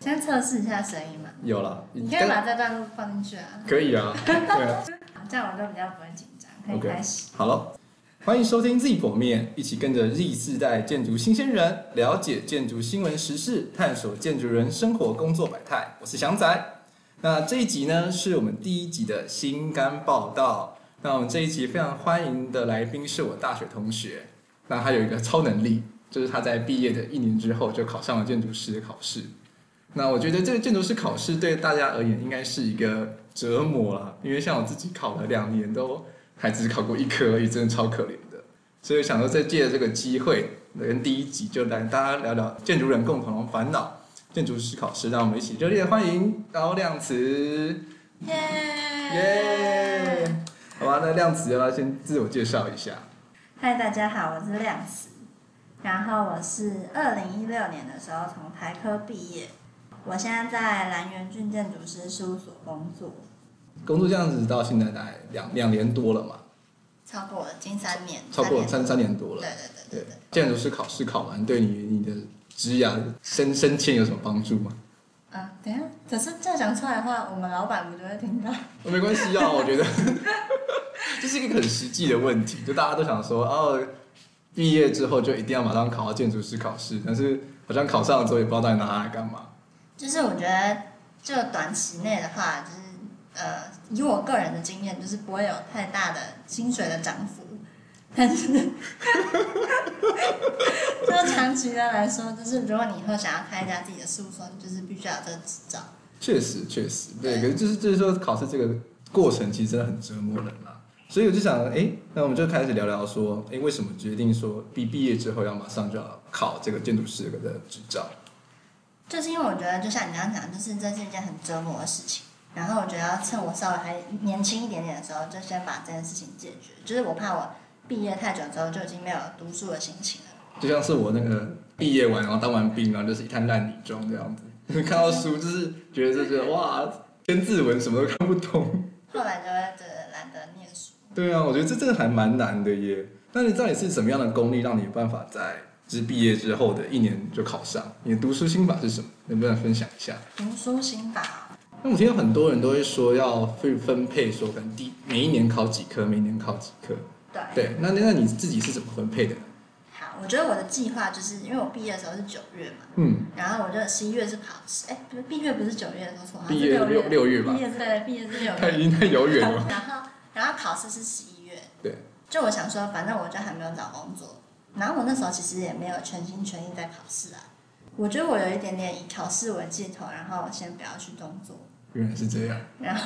测试一下声音嘛？有了，你可以把这段放进去啊，可以啊，对啊，好这样我就比较不会紧张，可以 OK 开始。好了，欢迎收听 Z 果面，一起跟着 Z 世代建筑新鲜人，了解建筑新闻时事，探索建筑人生活工作百态。我是祥仔。那这一集呢，是我们第一集的新肝报道。那我们这一集非常欢迎的来宾是我大学同学，那他有一个超能力，就是他在毕业的一年之后就考上了建筑师的考试。那我觉得这个建筑师考试对大家而言应该是一个折磨啦，因为像我自己考了两年都还只考过一科而已，真的超可怜的。所以想说，再借着这个机会，跟第一集就来大家聊聊建筑人共同的烦恼——建筑师考试，让我们一起热烈地欢迎高亮慈，耶！耶！好吧，那亮慈要不要先自我介绍一下？嗨，大家好，我是亮石，然后我是二零一六年的时候从台科毕业，我现在在蓝源郡建筑师事务所工作，工作这样子到现在大概两两年多了嘛，超过了近三年，超过三三三年多年，了对。对对对对对，，建筑师考试考完，对你你的职涯升升迁有什么帮助吗？啊，等一下，可是这样讲出来的话，我们老板不就会听到？ 没关系啊，我觉得这是一个很实际的问题，就大家都想说，哦，毕业之后就一定要马上考到建筑师考试，但是好像考上了之后也不知道到底拿它来干嘛。就是我觉得，就短期内的话，就是呃，以我个人的经验，就是不会有太大的薪水的涨幅，但是， 就长期的来说，就是如果你以后想要开一家自己的事务所，你就是必须要有这个执照。确实，确实，对，对可是就是就是说考试这个过程其实真的很折磨人啊。所以我就想，哎，那我们就开始聊聊说，哎，为什么决定说毕毕业之后要马上就要考这个建筑师的执照？就是因为我觉得，就像你刚刚讲，就是这是一件很折磨的事情。然后我觉得要趁我稍微还年轻一点点的时候，就先把这件事情解决。就是我怕我毕业太久之后就已经没有读书的心情了。就像是我那个毕业完然后当完兵，然后就是一滩烂泥中这样子， 看到书就是觉得就是哇，千字文什么都看不懂。 后来就会觉得懒得念书。对啊，我觉得这真的还蛮难的耶。那你到底是怎么样的功力，让你有办法在就是毕业之后的一年就考上？你的读书心法是什么？能不能分享一下？读书心法哦，那我听到很多人都会说要去分配，说可能第每一年考几科，每一年考几科。对，对，那那那你自己是怎么分配的呢？好，我觉得我的计划就是因为我毕业的时候是九月嘛，嗯，然然后我就十一月是考试，哎，不是毕业不是九月的时候，错，好像毕是业六六六月吧毕业是对，毕业是六太月，已经太遥远了。然后然后考试是十一月，对，就我想说，反正我就还没有找工作，然后我那时候其实也没有全心全意在考试啊，我觉得我有一点点以考试为借口，然后先不要去工作，原来是这样。然后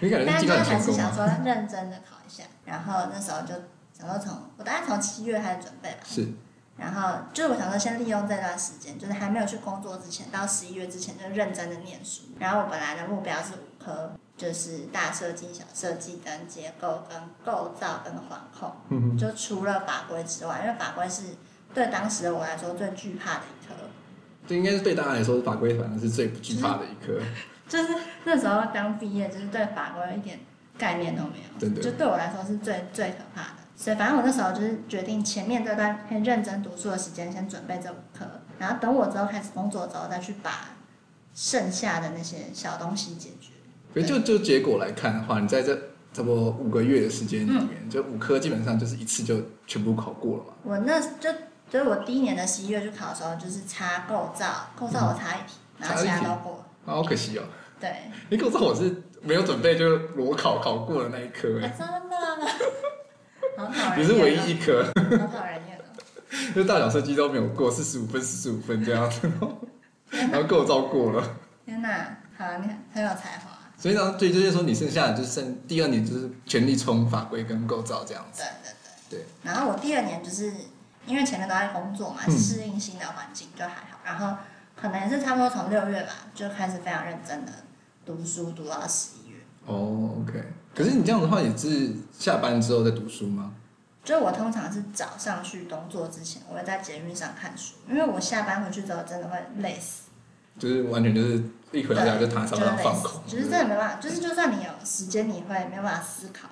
你感觉但是是计就划是还很成是功啊想吗？说认真的考一下，然后那时候就想说从我大概从七月开始准备吧，是， 然后就是我想说先利用这段时间，就是还没有去工作之前，到十一月之前就认真的念书。然后我本来的目标是五科，就是大设计、小设计跟结构、跟构造、跟环控，嗯哼，就除了法规之外，因为法规是对当时的我来说最惧怕的一科。这应该是对大家来说，法规反正是最不惧怕的一科。就是那时候刚毕业，就是对法规一点概念都没有，真的就对我来说是最最可怕的。所以反正我那时候就是决定前面这段很认真读书的时间先准备这五科，然后等我之后开始工作之后再去把剩下的那些小东西解决。可是就就结果来看的话，你在这差不多五个月的时间里面，嗯就五科基本上就是一次就全部考过了嘛。我那就就是我第一年的十一月去考的时候，就是差构造，构造我差一题，然后其他差一都题过了。啊，好可惜哦！对， 你可知道我是没有准备就裸考考过的那一科、啊欸，真的吗？ 好讨人厌哦，你是唯一一科，好讨人厌哦。就大小设计都没有过，四十五分、四十五分这样子，哦然后构造过了。天哪，好，你很很有才华。所以呢，对，就是说你剩下的就剩第二年就是全力冲法规跟构造这样子对。对对。对，然后我第二年就是因为前面都在工作嘛，嗯适应新的环境就还好。然后可能也是差不多从六月吧，就开始非常认真的读书，读到十一月。哦，OK。可是你这样的话，也是下班之后再读书吗？就我通常是早上去工作之前，我会在捷运上看书，因为我下班回去之后真的会累死。就是完全就是一回到家就躺在沙就是发啊上累放死空，，就是真的没办法，就是就算你有时间，你会没有办法思考。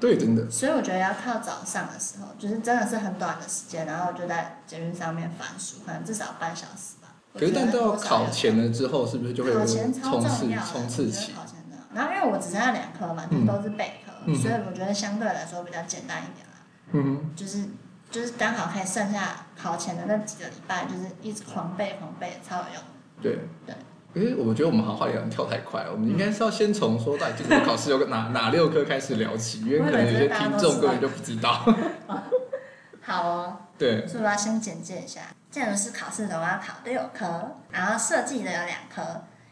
对，真的，所以我觉得要靠早上的时候，就是真的是很短的时间，然后就在捷运上面翻书，可能至少半小时吧。我可是觉但得到多少考有前了之后，是不是就会有考一前个超冲刺重要的，冲我觉刺期得？考前重要。然后因为我只剩下两科嘛，嗯都是备科，嗯所以我觉得相对来说比较简单一点啦。嗯就是就是刚好可以剩下考前的那几个礼拜，就是一直狂背狂背，超有用。哼，对对。可是我觉得我们好话聊跳太快了，我们应该是要先从说到底这个考试有哪哪六科开始聊起，因为可能有些听众根本就不知道。好哦，对，所以我要先简介一下，建筑师考试总共要考六科，然后设计的有两科，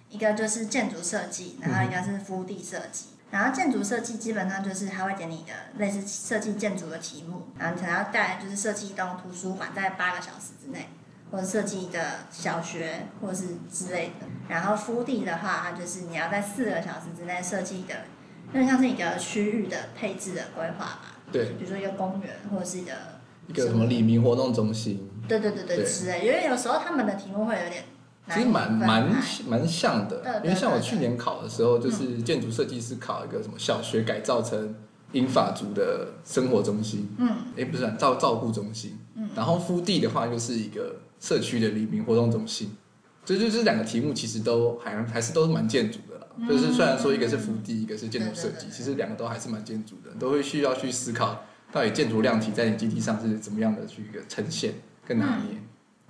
一个就是建筑设计，然后一个是敷地设计。然后建筑设计基本上就是它会给你的类似设计建筑的题目，然后你可能要带就是设计一栋图书馆在八个小时之内，或者设计的小学或者是之类的。然后敷地的话，它就是你要在四个小时之内设计的，因为像是一个区域的配置的规划吧，对，比如说一个公园或者是一个一个什么李明活动中心，对对对对对，之类，因为有时候他们的题目会有点难其以分实蛮蛮开蛮像的对对，因为像我对对嗯去年考的时候，就是建筑设计师考一个什么小学改造成英法族的生活中心，嗯哎，不是啊照照顾中心，嗯然后腹地的话又是一个社区的黎明活动中心，所以就这两个题目其实都还还是都是蛮建筑的啦。嗯就是虽然说一个是腹地，一个是建筑设对对计，对对其实两个都还是蛮建筑的，都会需要去思考到底建筑量体在你基地上是怎么样的去一个呈现跟拿捏。嗯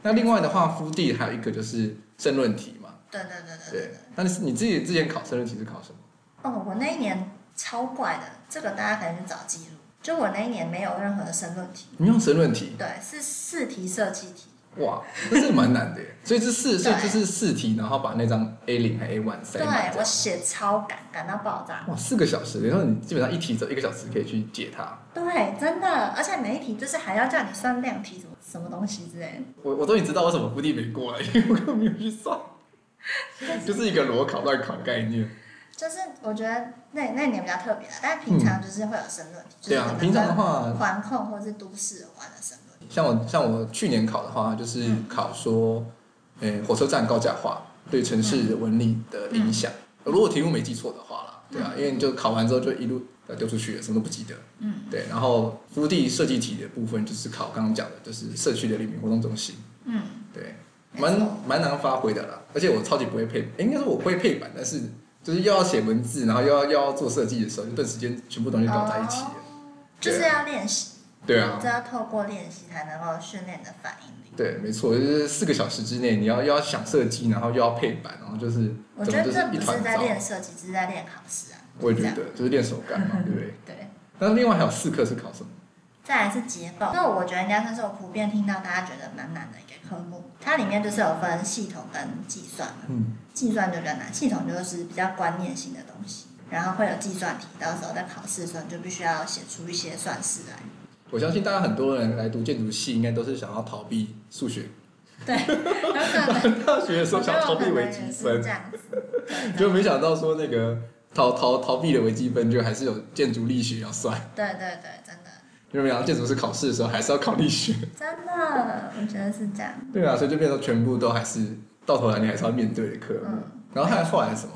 那另外的话，腹地还有一个就是申论题嘛，对对对对对对。。那你是你自己之前考申论题是考什么？哦，我那一年超怪的，这个大家可以去找记录。就我那一年没有任何的申论题，你用申论题，对，是四题设计题，哇，这是蛮难的耶。所以这四，所以对就是四题，然后把那张 A 零还 A one 塞对满这我样。写超赶，赶到爆炸。哇，四个小时，然后你基本上一题只有一个小时可以去解它。对，真的，而且每一题就是还要叫你算量题什么什么东西之类的。我我终于知道为什么估地没过了，因为我根本没有去算，就是一个裸考乱考概念。就是我觉得那那一年比较特别啦，但平常就是会有申论题，对就是啊，可能平常的跟话，环控或是都市有关的申论题。像我像我去年考的话，就是嗯考说，诶、火车站高架化对城市嗯文理的影响。如果题目没记错的话啦，对啊，因为你就考完之后就一路呃丢出去了，什么都不记得。嗯。对，然后腹地设计题的部分就是考刚刚讲的，就是社区的黎明活动中心，嗯，对，没蛮错蛮难发挥的啦。而且我超级不会配，诶应该说我会配板，但是就是又要写文字，然后又要又要做设计的时候，就顿时间全部东西搞在一起了。哦就是要练习，对啊，这要透过练习才能够训练你的反应力。对，没错，就是四个小时之内，你要又要想设计，然后又要配板，然后就是我怎觉么得就是这一不团是在糟。啊练设计，只是在练考试啊。我也觉这样得就是练手 感嘛，对不对？对。那另外还有四课是考什么？再来是结构，那我觉得应该算是我普遍听到大家觉得蛮难的一个科目。它里面就是有分系统跟计算嘛，嗯，计算就比较难，系统就是比较观念性的东西，然后会有计算题，到时候在考试的时候你就必须要写出一些算式 来。我相信大家很多人来读建筑系，应该都是想要逃避数学对，有可能。 大学的时我候觉想得逃我可避微能积也是分这，样子，对 就没想到说那个逃逃逃避了微积分，就还是有建筑力学要算。对对对，真的。因为想到建筑师考试的时候还是要考力学，真的，我觉得是这样。对啊，所以就变成全部都还是到头来你还是要面对的科目。嗯然后还有后来什么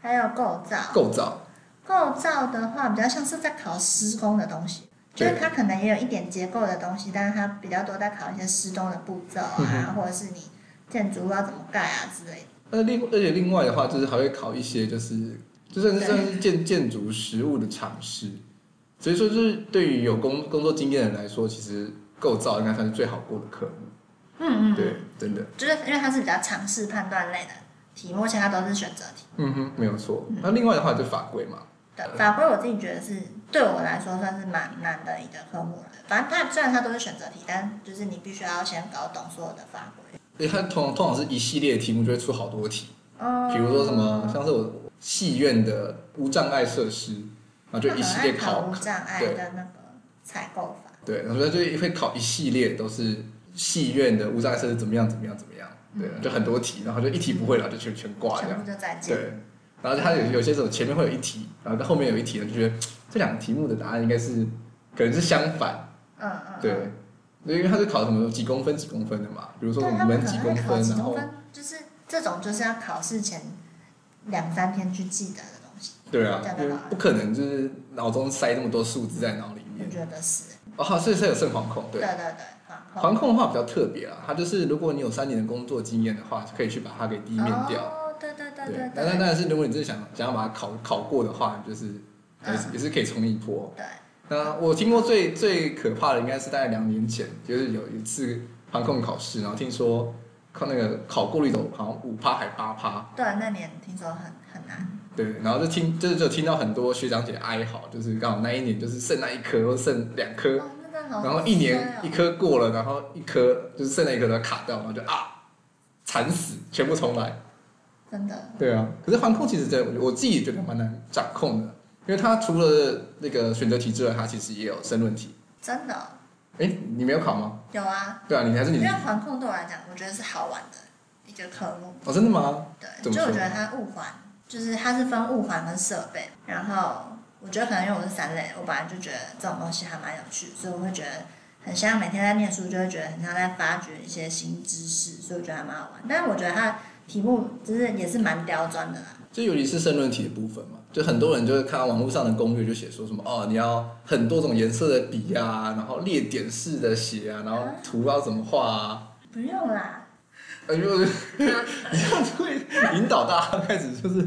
还有构造，构造，构造的话比较像是在考施工的东西，就是对它可能也有一点结构的东西，但是它比较多在考一些施工的步骤嗯啊，或者是你建筑物要怎么盖啊之类的。那另而且另外的话，就是还会考一些就是就算是对算是建建筑实物的常识，所以说就是对于有工工作经验的人来说，其实构造应该算是最好过的科目。嗯嗯，对，真的，就是因为它是比较尝试判断类的题目，而且它都是选择题。嗯哼，没有错。那另外的话就法规嘛，对，法规我自己觉得是对我来说算是蛮难的一个科目了。反正它虽然它都是选择题，但就是你必须要先搞懂所有的法规。因为它通通常是一系列题目就会出好多题，嗯，比如说什么像是我戏院的无障碍设施，然后就一系列考考无障碍对的那个采购法，对，然后就会考一系列都是戏院的无障碍设施怎么样怎么样怎么样，对，就很多题，然后就一题不会了就全全挂嗯这全样，部就再见。对。然后它有有些时候前面会有一题，然后到后面有一题，就觉得嘖这两个题目的答案应该是可能是相反，嗯嗯，对嗯，，因为它是考什么几公分几公分的嘛，比如说对什么他们门可几能公会考分，几然公后分，就是这种就是要考试前两三天去记得的东西。对啊这样，就因为好了不可能就是脑中塞那么多数字在脑里我面，面。觉得是，哦，好，所以是有剩惶控，对对。对对，好好惶控的话比较特别啊，它就是如果你有三年的工作经验的话，可以去把它给低面掉。哦，对对对对，对那那当然是如果你真的想想要把它考考过的话，就是嗯也是、也是可以冲一波。对，那我听过最最可怕的应该是大概两年前，就是有一次航空考试，然后听说靠那个考过率都好像五趴还八趴，对，那年听说很很难，对，然后就听就是就听到很多学长姐哀嚎，就是刚好那一年就是剩那一科或剩两科，哦，那个好衰然哦，后一年一科过了，然后一科就是剩那一科都卡掉，然后就啊惨死，全部重来。真的，对啊，可是环控其实真的，我我自己觉得蛮难掌控的，因为它除了那个选择题之外，它其实也有申论题。真的哦哎，你没有考吗？有啊，对啊，你还是因你为环控对我来讲，我觉得是好玩的一个科目，哦，真的吗？怎对，么就说我觉得它物环就是它是分物环跟设备，然后我觉得可能因为我是三类，我本来就觉得这种东西还蛮有趣，所以我会觉得很像每天在念书，就会觉得很像在发掘一些新知识，所以我觉得还蛮好玩。但是我觉得它题目就是也是蛮刁钻的啦，就尤其是申论题的部分嘛，就很多人就会看到网络上的攻略，就写说什么哦，你要很多种颜色的笔啊，然后列点式的写啊，然后图要怎么画啊，不用啦。呃，就 你这样就会引导大家开始就是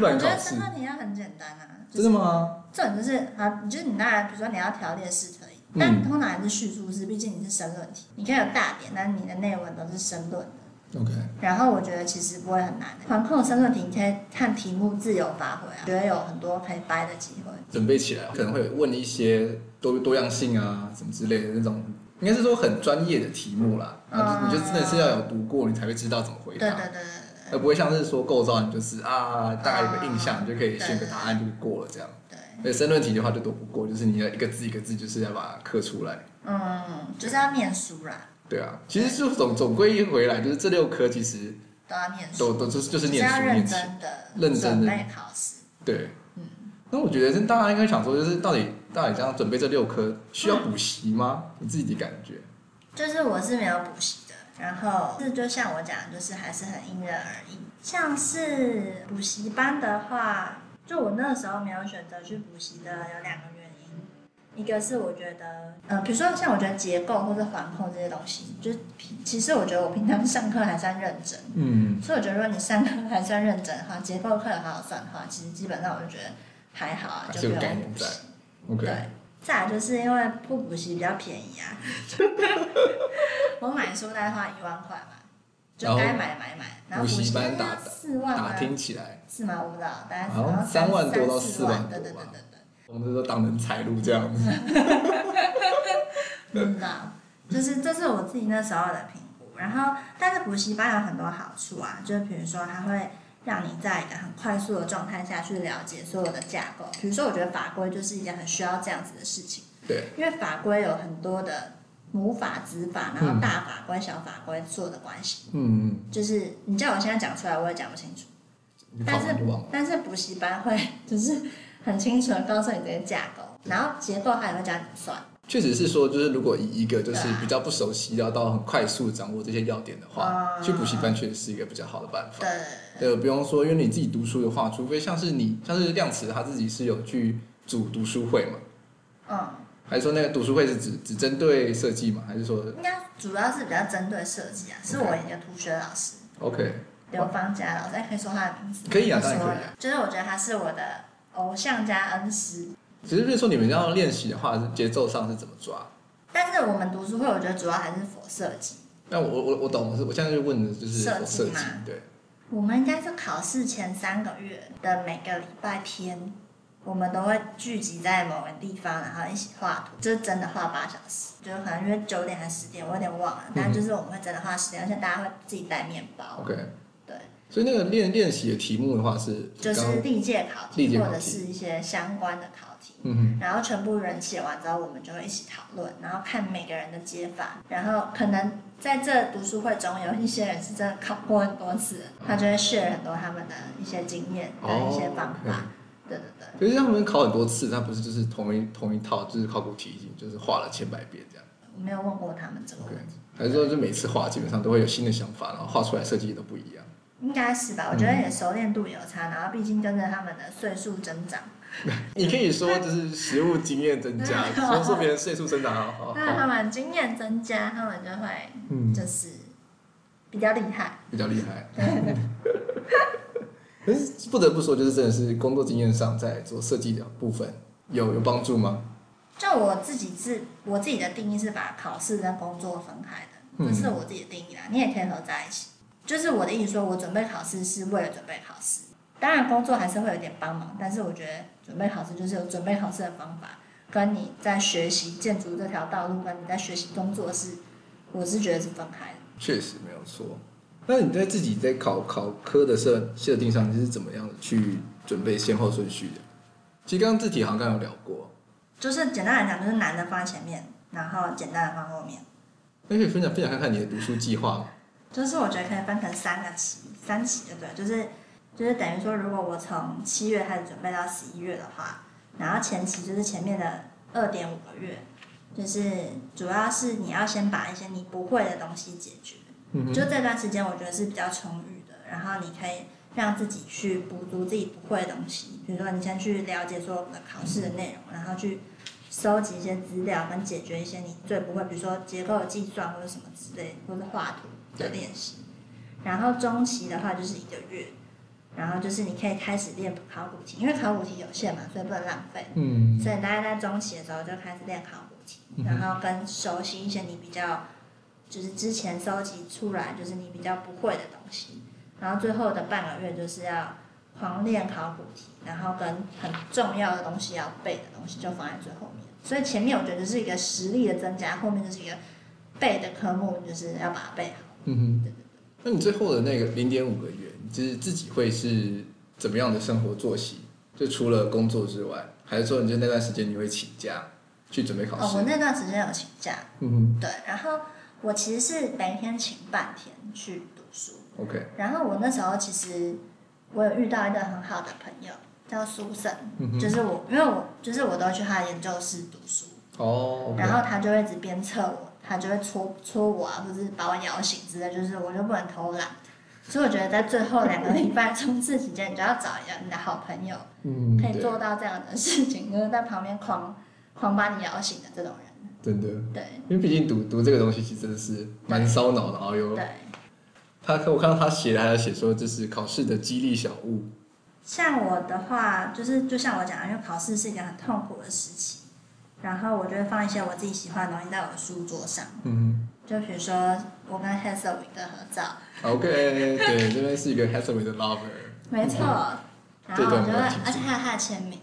乱我觉考得试申，论题要很简单啊，就是真的吗？这种就是啊，就是你当然，比如说你要条列式可以，嗯但通常还是叙述式，毕竟你是申论题，你可以有大点，但你的内文都是申论的。 OK，然后我觉得其实不会很难、欸，环控申论题你可以看题目自由发挥啊，觉得有很多可以掰的机会。准备起来，哦可能会问一些多多样性啊什么之类的那种，应该是说很专业的题目啦。嗯啊，你就真的是要有读过，你才会知道怎么回对对答，对对对而不会像是说构造，你就是啊大概有个印象，嗯你就可以选个答案就过了这样。对，而申论题的话就躲不过，就是你要一个字一个字就是要把它刻出来。嗯，就是要念书啦，对啊，其实就总总归一回来，就是这六科其实都要念书，都都就是就是是念要书认念书。真的认真准地备考试。对，嗯那我觉得这大家应该想说，就是到底到底这样准备这六科需要补习吗？你自己的感觉？就是我是没有补习的，然后是就像我讲的，就是还是很因人而异。像是补习班的话，就我那时候没有选择去补习的有两个原因，一个是我觉得，呃，比如说像我觉得结构或者环控这些东西，就是平其实我觉得我平常上课还算认真，嗯，所以我觉得如果你上课还算认真的话，结构课好好算的话，其实基本上我就觉得还好啊，还就是不有用概念补在习。 OK，对，再来就是因为不补习比较便宜 啊，我买书大概花一万块嘛，就该买买买，然后补习习班打大概四万打吗？听起来，是吗？我不知道，大概好像好像三万多到四四万对对多对吧对对，我们这都当成财路 这样子。不知道，就是这是我自己那时候的评估。然后，但是补习班有很多好处啊，就是比如说它会让你在一个很快速的状态下去了解所有的架构，比如说我觉得法规就是一件很需要这样子的事情。对，因为法规有很多的母法、子法，然后大法官、小法官做的关系，嗯，就是你叫我现在讲出来，我也讲不清楚。你考但是完就忘了。但是补习班会就是很清楚的告诉你这些架构，然后结构它也会教你算。确实是说，就是如果以一个就是对啊比较不熟悉，要到很快速掌握这些要点的话，啊去补习班确实是一个比较好的办法。对，对，不用说，因为你自己读书的话，除非像是你，像是亮慈他自己是有去组读书会嘛，嗯，还是说那个读书会是只只针对设计嘛，还是说应该主要是比较针对设计啊，是我一个图学老师 OK 刘芳佳老师，哎可以说他的名字？可以啊，不当然说可以啊。了，就是我觉得他是我的偶像加恩师。其实就是说你们要练习的话，节奏上是怎么抓？但是我们读书会，我觉得主要还是佛设计。那我我我懂，我是我现在就问的就是设计设计嘛，对，我们应该是考试前三个月的每个礼拜天，我们都会聚集在某个地方，然后一起画图，就是真的画八小时，就是可能因为九点还是十点，我有点忘了，但就是我们会真的画十点，而且大家会自己带面包， OK，对，所以那个练练习的题目的话是，就是刚历届考历题届考或题者是一些相关的考题。嗯哼，然后全部人写完之后，我们就会一起讨论，然后看每个人的解法。然后可能在这读书会中，有一些人是真的考过很多次，他就会 share 很多他们的一些经验跟一些方法。哦对对对，可是他们考很多次，他不是就是同一同一套，就是考古题已经就是画了千百遍这样我没有问过他们这个问，OK，题。还是说就每次画基本上都会有新的想法，然后画出来设计也都不一样应该是吧？我觉得也熟练度也有差，然后毕竟跟着他们的岁数增长，你可以说就是实物经验增加，说说别人岁数增长好好那他好，们经验增加，他们就会嗯，就是比较厉害。比较厉害。 可是不得不说，就是真的是工作经验上，在做设计的部分有有帮助吗？就我自己自我自己的定义是把考试跟工作分开的，嗯这是我自己的定义啦。你也可以合在一起。就是我的意思说，我准备考试是为了准备考试，当然工作还是会有点帮忙，但是我觉得准备考试就是有准备考试的方法，跟你在学习建筑这条道路，跟你在学习工作是，我是觉得是分开的。确实没有错。那你在自己在考考科的设设定上，你是怎么样去准备先后顺序的？其实刚刚字体好像刚刚有聊过，就是简单来讲，就是难的放在前面，然后简单的放后面。那可以分享分享看看你的读书计划吗？就是我觉得可以分成三个期，三期对不对？就是就是等于说，如果我从七月开始准备到十一月的话，然后前期就是前面的二点五个月，就是主要是你要先把一些你不会的东西解决，嗯哼就这段时间我觉得是比较充裕的，然后你可以让自己去补足自己不会的东西，比如说你先去了解所有的考试的内容，然后去收集一些资料跟解决一些你最不会，比如说结构的计算或者什么之类，或者画图的练习。然后中期的话就是一个月，然后就是你可以开始练考古题，因为考古题有限嘛，所以不能浪费。嗯所以大家在中期的时候就开始练考古题，然后跟熟悉一些你比较，就是之前收集出来就是你比较不会的东西，然后最后的半个月就是要狂练考古题，然后跟很重要的东西要背的东西就放在最后面。所以前面我觉得就是一个实力的增加，后面就是一个背的科目，就是要把它背好。嗯哼，对对对，那你最后的那个零点五个月，你就是自己会是怎么样的生活作息？就除了工作之外，还是说你就那段时间你会请假去准备考哦，试？我那段时间有请假，嗯对，然后我其实是每天请半天去读书。哼，OK，然后我那时候其实我有遇到一个很好的朋友，叫苏胜，嗯哼，就是我，因为我就是我都去他的研究室读书，哦，OK，然后他就会一直鞭策我，他就会戳戳我啊，或者是把我摇醒之类，就是我就不能偷懒。所以我觉得在最后两个礼拜冲刺期间，你就要找一个你的好朋友，嗯，可以对做到这样的事情，就是在旁边狂狂把你摇醒的这种人。真的，对因为毕竟读读这个东西其实真的是蛮烧脑的，然后又对，他我看到他写的还有写说这是考试的激励小物，像我的话，就是就像我讲的，因为考试是一个很痛苦的时期，然后我就会放一些我自己喜欢的东西在我的书桌上，嗯就比如说我跟 Hazel 的合照，哼，OK，对， 这边是一个 Hathaway 的 lover，没错，然后这段我我就要会记住，而且还有他的签名，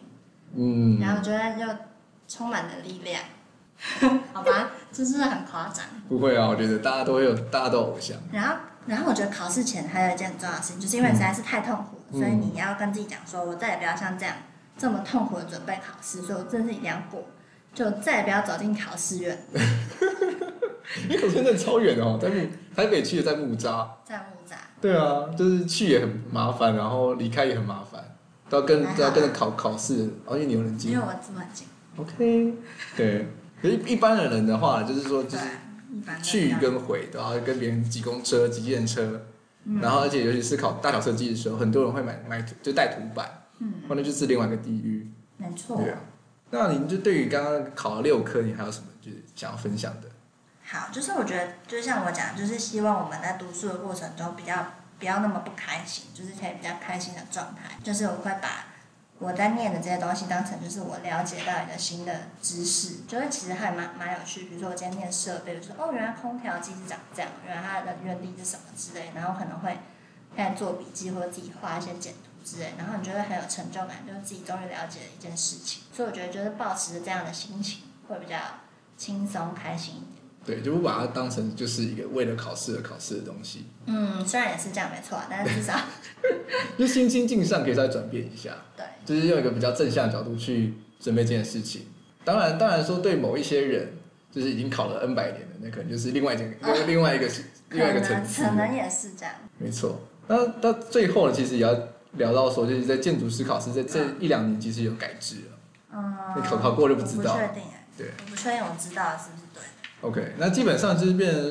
嗯，然后我觉得就充满了力量， 好吧，就是很夸张。不会啊，我觉得大家都会有，大家都有偶像，然后，然后我觉得考试前还有一件很重要的事情，就是因为实在是太痛苦了，嗯所以你要跟自己讲说，我再也不要像这样这么痛苦的准备考试，所以我真是一定要过，就再也不要走进考试院，因哎为我真的超远哦，在木台北去的在木栅，在木栅。对啊，就是去也很麻烦，然后离开也很麻烦，都要跟还好都要跟着考考试，而且你有人因经为我住很近， ，OK，对，可是一般的人的话，就是说就对是。，一般都这去样跟回都要跟别人挤公车、挤电车，嗯然后而且尤其是考大考设计的时候，很多人会买买图就带图板，嗯，哦完了就是另外一个地狱。没错。对啊，那你就对于刚刚考了六科，你还有什么就是想要分享的？好，就是我觉得，就像我讲，就是希望我们在读书的过程中比较不要那么不开心，就是可以比较开心的状态。就是我会把我在念的这些东西当成就是我了解到一个新的知识，就是其实还蛮蛮有趣。比如说我今天念设备，我就说哦，原来空调机是长这样，原来它的原理是什么之类，然后可能会开始做笔记或者自己画一些简图之类，然后你就会很有成就感，就是自己终于了解了一件事情。所以我觉得就是保持着这样的心情会比较轻松开心一点。对，就不把它当成就是一个为了考试而考试的东西，嗯，虽然也是这样没错啊，但是至 少就心心境上可以稍微转变一下，对，就是用一个比较正向的角度去准备这件事情。当然，当然说对某一些人，就是已经考了 N 百年的，那可能就是另外一件、另外一个可另外一个能层次可能也是这样。没错。那到最后呢，其实也要聊到说，就是在建筑师考试在这一两年其实有改制了。嗯，你考考过就不知道我不确定哎，对我不确定我知道是不是对的。 OK，那基本上就是变成，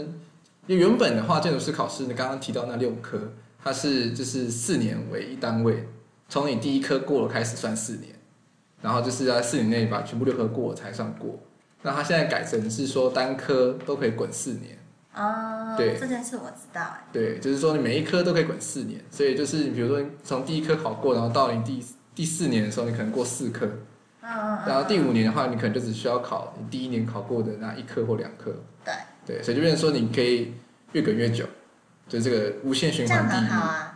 因为原本的话，建筑师考试你刚刚提到那六科，它是就是四年为一单位，从你第一科过了开始算四年，然后就是在四年内把全部六科过了才算过。那它现在改成是说单科都可以滚四年，哦，对这件事我知道哎、对，就是说你每一科都可以滚四年，所以就是比如说你从第一科考过，然后到你第第四年的时候，你可能过四科，嗯嗯然后第五年的话，你可能就只需要考你第一年考过的那一科或两科，对，对，所以就变成说你可以越滚越久，就这个无限嗯，循这样环地很好 狱。啊，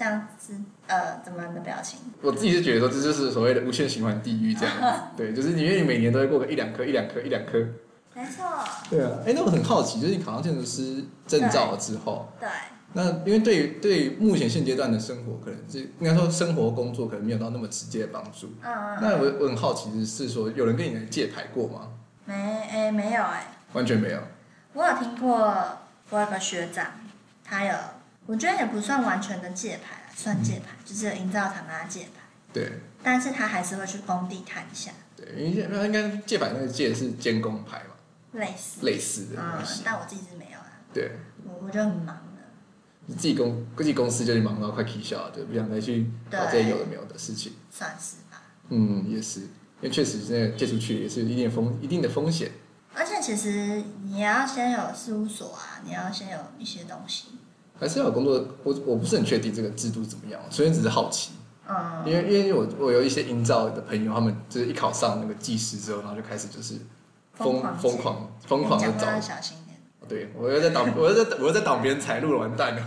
这样子呃怎么样的表情？我自己是觉得说这就是所谓的无限循环地狱这样子，对，就是你因为你每年都会过个一两科、一两科、一两科。没错，对啊，哎，那我很好奇，就是你考上建筑师证照了之后，对，那因为对于对于目前现阶段的生活，可能是应该说生活工作可能没有到那么直接的帮助。嗯嗯，那我我很好奇的是说，有人跟你借牌过吗？没哎、没有哎、完全没有。我有听过，我有个学长，他有，我觉得也不算完全的借牌啦，算借牌，就是有营造厂跟他借牌，对但是他还是会去工地看一下，对，因为现在应该借牌那个借是监工牌嘛，类似，类似的嗯东西，。但我自己是没有啦，对，我我就很忙的，自己公自己公司就是忙到快 K 笑了，对，不想再去搞这些有的没有的事情。算是吧。嗯，也是，因为确实现在借出去也是有一定的风一定的风险。而且其实你要先有事务所啊，你要先有一些东西，还是要有工作，我我不是很确定这个制度怎么样，所以只是好奇。嗯，因为因为我我有一些营造的朋友，他们就是一考上那个技师之后，然后就开始就是疯狂疯借，狂啊疯狂的你讲话要找，小心一点。对我又在挡，我又在我又在挡别人财路了，完蛋了。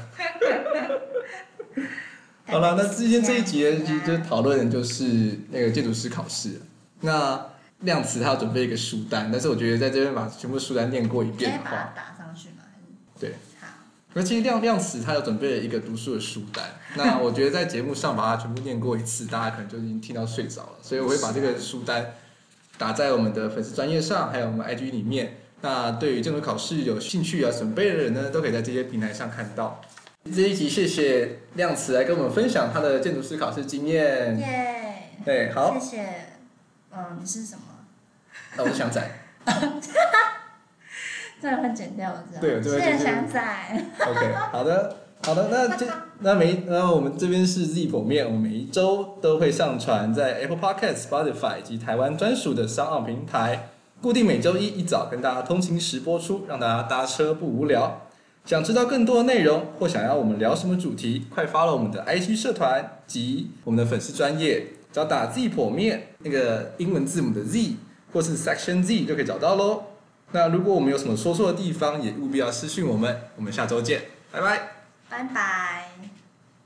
好了，那今天这一集啊呢就就讨论的就是那个建筑师考试。那亮慈他要准备一个书单，但是我觉得在这边把全部书单念过一可以遍的把话，它打上去吗？还是对。好，而其实亮亮慈他有准备了一个读书的书单，那我觉得在节目上把它全部念过一次，大家可能就已经听到睡着了，所以我会把这个书单打在我们的粉丝专业上，还有我们 IG 里面。那对于这种考试有兴趣啊、准备的人呢，都可以在这些平台上看到。这一集谢谢亮慈来跟我们分享他的建筑师考试经验。耶、对，嗯好谢，谢。嗯，你是什么？那我是翔仔。这个会剪掉，我知道。对这个会谢剪谢掉翔仔。 OK，好的，好的，那这那每那我们这边是 Z 剖面，我们每一周都会上传在 Apple Podcast、Spotify 以及台湾专属的商岸平台，固定每周一一早跟大家通勤时播出，让大家搭车不无聊。想知道更多的内容或想要我们聊什么主题，快发了我们的 IG 社团及我们的粉丝专业，只要打 Z 剖面那个英文字母的 Z 或是 Section Z 就可以找到喽。那如果我们有什么说错的地方，也务必要私讯我们。我们下周见，拜拜。拜拜。